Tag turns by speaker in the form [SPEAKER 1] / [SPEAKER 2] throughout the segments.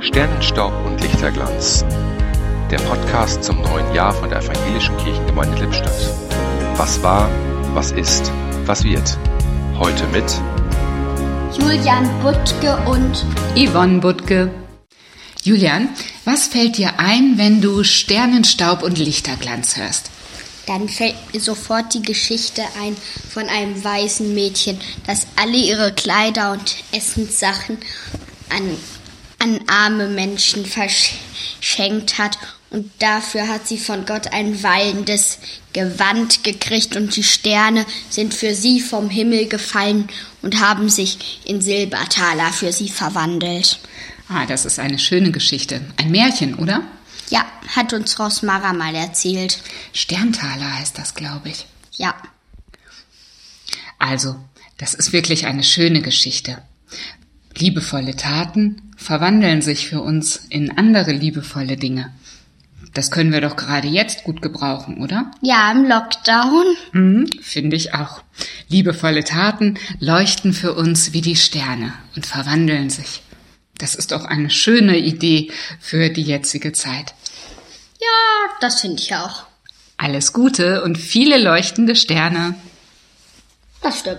[SPEAKER 1] Sternenstaub und Lichterglanz. Der Podcast zum neuen Jahr von der Evangelischen Kirchengemeinde Lippstadt. Was war, was ist, was wird. Heute mit
[SPEAKER 2] Julian Butke und
[SPEAKER 3] Yvonne Butke. Julian, was fällt dir ein, wenn du Sternenstaub und Lichterglanz hörst?
[SPEAKER 2] dann fällt mir sofort die Geschichte ein von einem weißen Mädchen, das alle ihre Kleider und Essenssachen an, an arme Menschen verschenkt hat und dafür hat sie von Gott ein wallendes Gewand gekriegt und die Sterne sind für sie vom Himmel gefallen und haben sich in Silbertaler für sie verwandelt.
[SPEAKER 3] Ah, das ist eine schöne Geschichte. Ein Märchen, oder?
[SPEAKER 2] Ja, hat uns Rosmara mal erzählt.
[SPEAKER 3] Sterntaler heißt das, glaube ich.
[SPEAKER 2] Ja.
[SPEAKER 3] Also, das ist wirklich eine schöne Geschichte. Liebevolle Taten verwandeln sich für uns in andere liebevolle Dinge. Das können wir doch gerade jetzt gut gebrauchen, oder?
[SPEAKER 2] Ja, im Lockdown.
[SPEAKER 3] Mhm, Finde ich auch. Liebevolle Taten leuchten für uns wie die Sterne und verwandeln sich. Das ist doch eine schöne Idee für die jetzige Zeit.
[SPEAKER 2] Ja, das finde ich auch.
[SPEAKER 3] Alles Gute und viele leuchtende Sterne.
[SPEAKER 2] Das stimmt.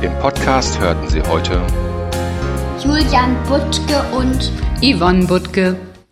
[SPEAKER 1] im Podcast hörten Sie heute
[SPEAKER 2] Julian Butke und
[SPEAKER 3] Yvonne Butke.